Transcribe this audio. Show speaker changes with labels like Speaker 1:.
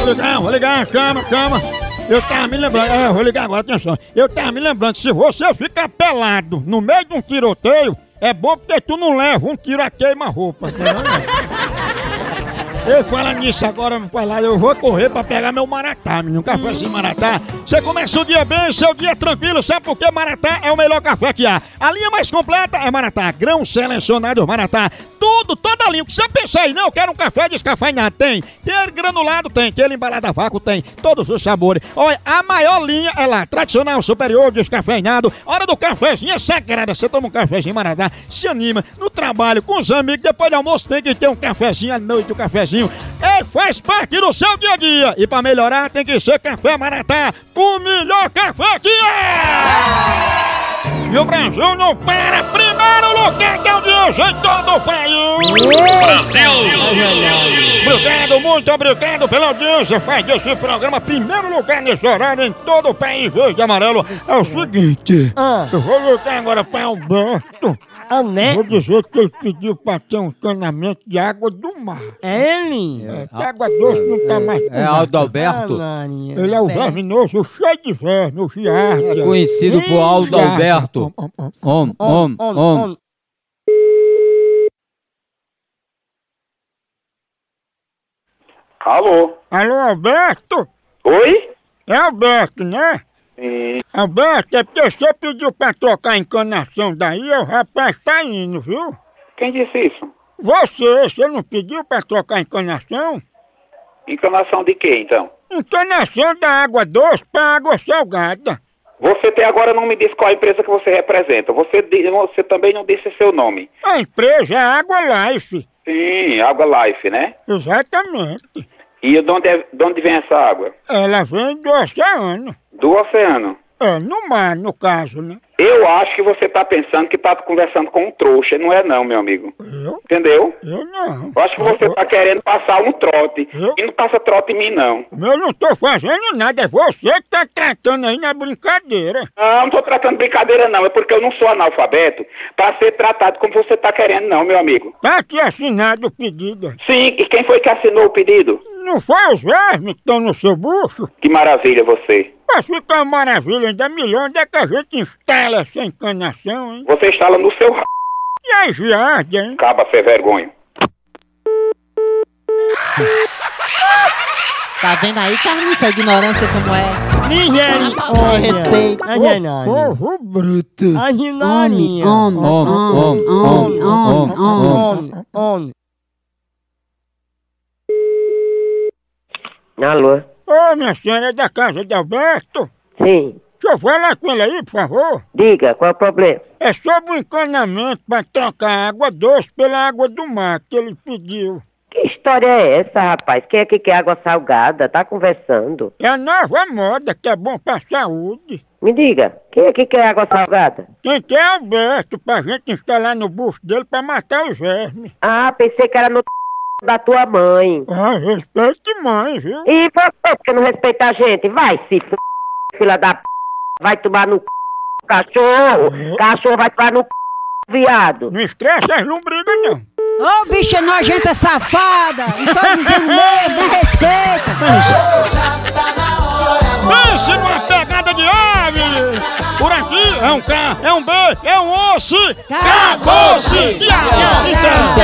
Speaker 1: vou ligar, vou ligar, chama, chama. Eu tava me lembrando, é, vou ligar agora, atenção. Eu tava me lembrando, se você ficar pelado no meio de um tiroteio, é bom porque tu não leva um tiro a queima-roupa. entendeu? né? Eu falo nisso agora, não falar, eu vou correr pra pegar meu maratá, menino. Café assim, maratá. Você começa o dia bem, seu dia tranquilo, sabe por quê? Maratá é o melhor café que há. A linha mais completa é maratá. Grão selecionado maratá. Tudo, toda a linha. O que você pensar aí, não, eu quero um café descafeinado? Tem. Tem ele granulado? Tem. Tem ele embalado a vácuo? Tem. Todos os sabores. Olha, a maior linha é lá. Tradicional, superior, descafeinado. Hora do cafezinho é sagrada. Você toma um cafezinho maratá, se anima no trabalho, com os amigos, depois do almoço tem que ter um cafezinho à noite, um cafezinho. É, faz parte do seu dia a dia. E pra melhorar tem que ser café maratá, o melhor café que é! E o Brasil não para, primeiro lugar que é audiência em todo o país!
Speaker 2: Brasil!
Speaker 1: Obrigado, muito obrigado pela audiência. Faz desse programa primeiro lugar nesse horário em todo o país, verde e amarelo. É o seguinte,
Speaker 3: Ah.
Speaker 1: eu vou ligar agora para Alberto.
Speaker 3: Ah, né?
Speaker 4: É?
Speaker 1: Vou dizer que ele pediu para ter um encanamento de água do mar.
Speaker 3: Ele?
Speaker 1: É, que água doce não tá mais com
Speaker 4: Ah. É
Speaker 1: mar.
Speaker 4: Aldo Alberto,
Speaker 3: Alarinha.
Speaker 1: Ele é o verminoso, cheio de verme, o
Speaker 4: é
Speaker 1: giardia.
Speaker 4: conhecido por Aldo
Speaker 1: Giardia.
Speaker 4: Alberto.
Speaker 1: Om, om, om.
Speaker 4: Om, om, om.
Speaker 2: Alô?
Speaker 1: Alô, Alberto?
Speaker 2: Oi?
Speaker 1: É Alberto, né?
Speaker 2: Sim.
Speaker 1: Alberto, é porque você pediu pra trocar a encanação daí, o rapaz tá indo, viu?
Speaker 2: Quem disse isso?
Speaker 1: Você, você não pediu pra trocar a encanação?
Speaker 2: Encanação de quê, então?
Speaker 1: Encanação da água doce pra água salgada.
Speaker 2: Você até agora não me disse qual empresa que você representa. Você, di- você também não disse seu nome.
Speaker 1: A empresa é Água Life.
Speaker 2: Sim, Água Life, né?
Speaker 1: Exatamente.
Speaker 2: E de onde, é- de onde vem essa água?
Speaker 1: Ela vem do oceano.
Speaker 2: Do oceano.
Speaker 1: É, no mar, no caso, né?
Speaker 2: Eu acho que você tá pensando que tá conversando com um trouxa. Não é não, meu amigo.
Speaker 1: Eu?
Speaker 2: Entendeu?
Speaker 1: Eu não.
Speaker 2: Eu acho que você tá querendo passar um trote.
Speaker 1: Ah, Eu?
Speaker 2: E não passa trote em mim, não.
Speaker 1: Eu não tô fazendo nada, é você que tá tratando aí na brincadeira.
Speaker 2: Não, não tô tratando brincadeira, não. É porque eu não sou analfabeto pra ser tratado como você tá querendo, não, meu amigo.
Speaker 1: Tá aqui assinado o pedido.
Speaker 2: Sim, e quem foi que assinou o pedido?
Speaker 1: Não foi os vermes que estão no seu bucho?
Speaker 2: Que maravilha você.
Speaker 1: Mas fica uma maravilha, ainda melhor onde é que a gente instala essa encanação, hein?
Speaker 2: Você instala no seu r...
Speaker 1: E a giardia, hein?
Speaker 2: Caba, sem vergonha.
Speaker 5: Tá vendo aí, Carlinhos, a ignorância como é?
Speaker 3: Nigeri.
Speaker 5: Com respeito.
Speaker 3: Alarinha.
Speaker 1: Povo bruto.
Speaker 3: Alarinha.
Speaker 4: Om, om, om, om, om.
Speaker 3: On, on.
Speaker 6: Alô?
Speaker 1: Ô, minha senhora, é da casa de Alberto?
Speaker 6: Sim.
Speaker 1: Deixa eu falar com ele aí, por favor.
Speaker 6: Diga, qual é o problema?
Speaker 1: É sobre o encanamento para trocar a água doce pela água do mar que ele pediu.
Speaker 6: Que história é essa, rapaz? Quem é que quer água salgada? Tá conversando.
Speaker 1: É a nova moda que é bom pra saúde.
Speaker 6: Me diga, quem é que quer água salgada?
Speaker 1: Quem quer é Alberto pra gente instalar no bucho dele pra matar os vermes.
Speaker 6: Ah, pensei que era no da tua mãe.
Speaker 1: Ah, respeite mãe, viu?
Speaker 6: E você, porque não respeita a gente? Vai se f... fila da p... Vai tomar no c... cachorro. Cachorro vai tomar no c... viado.
Speaker 1: Não estressa as lombrigas, não.
Speaker 7: Ô, bicha nojenta safada! Não tô dizendo mesmo, me respeita!
Speaker 1: Pense numa pegada de ave! Por aqui é um K, é um B, é um osso! Acabou-se! Que a- que a- então.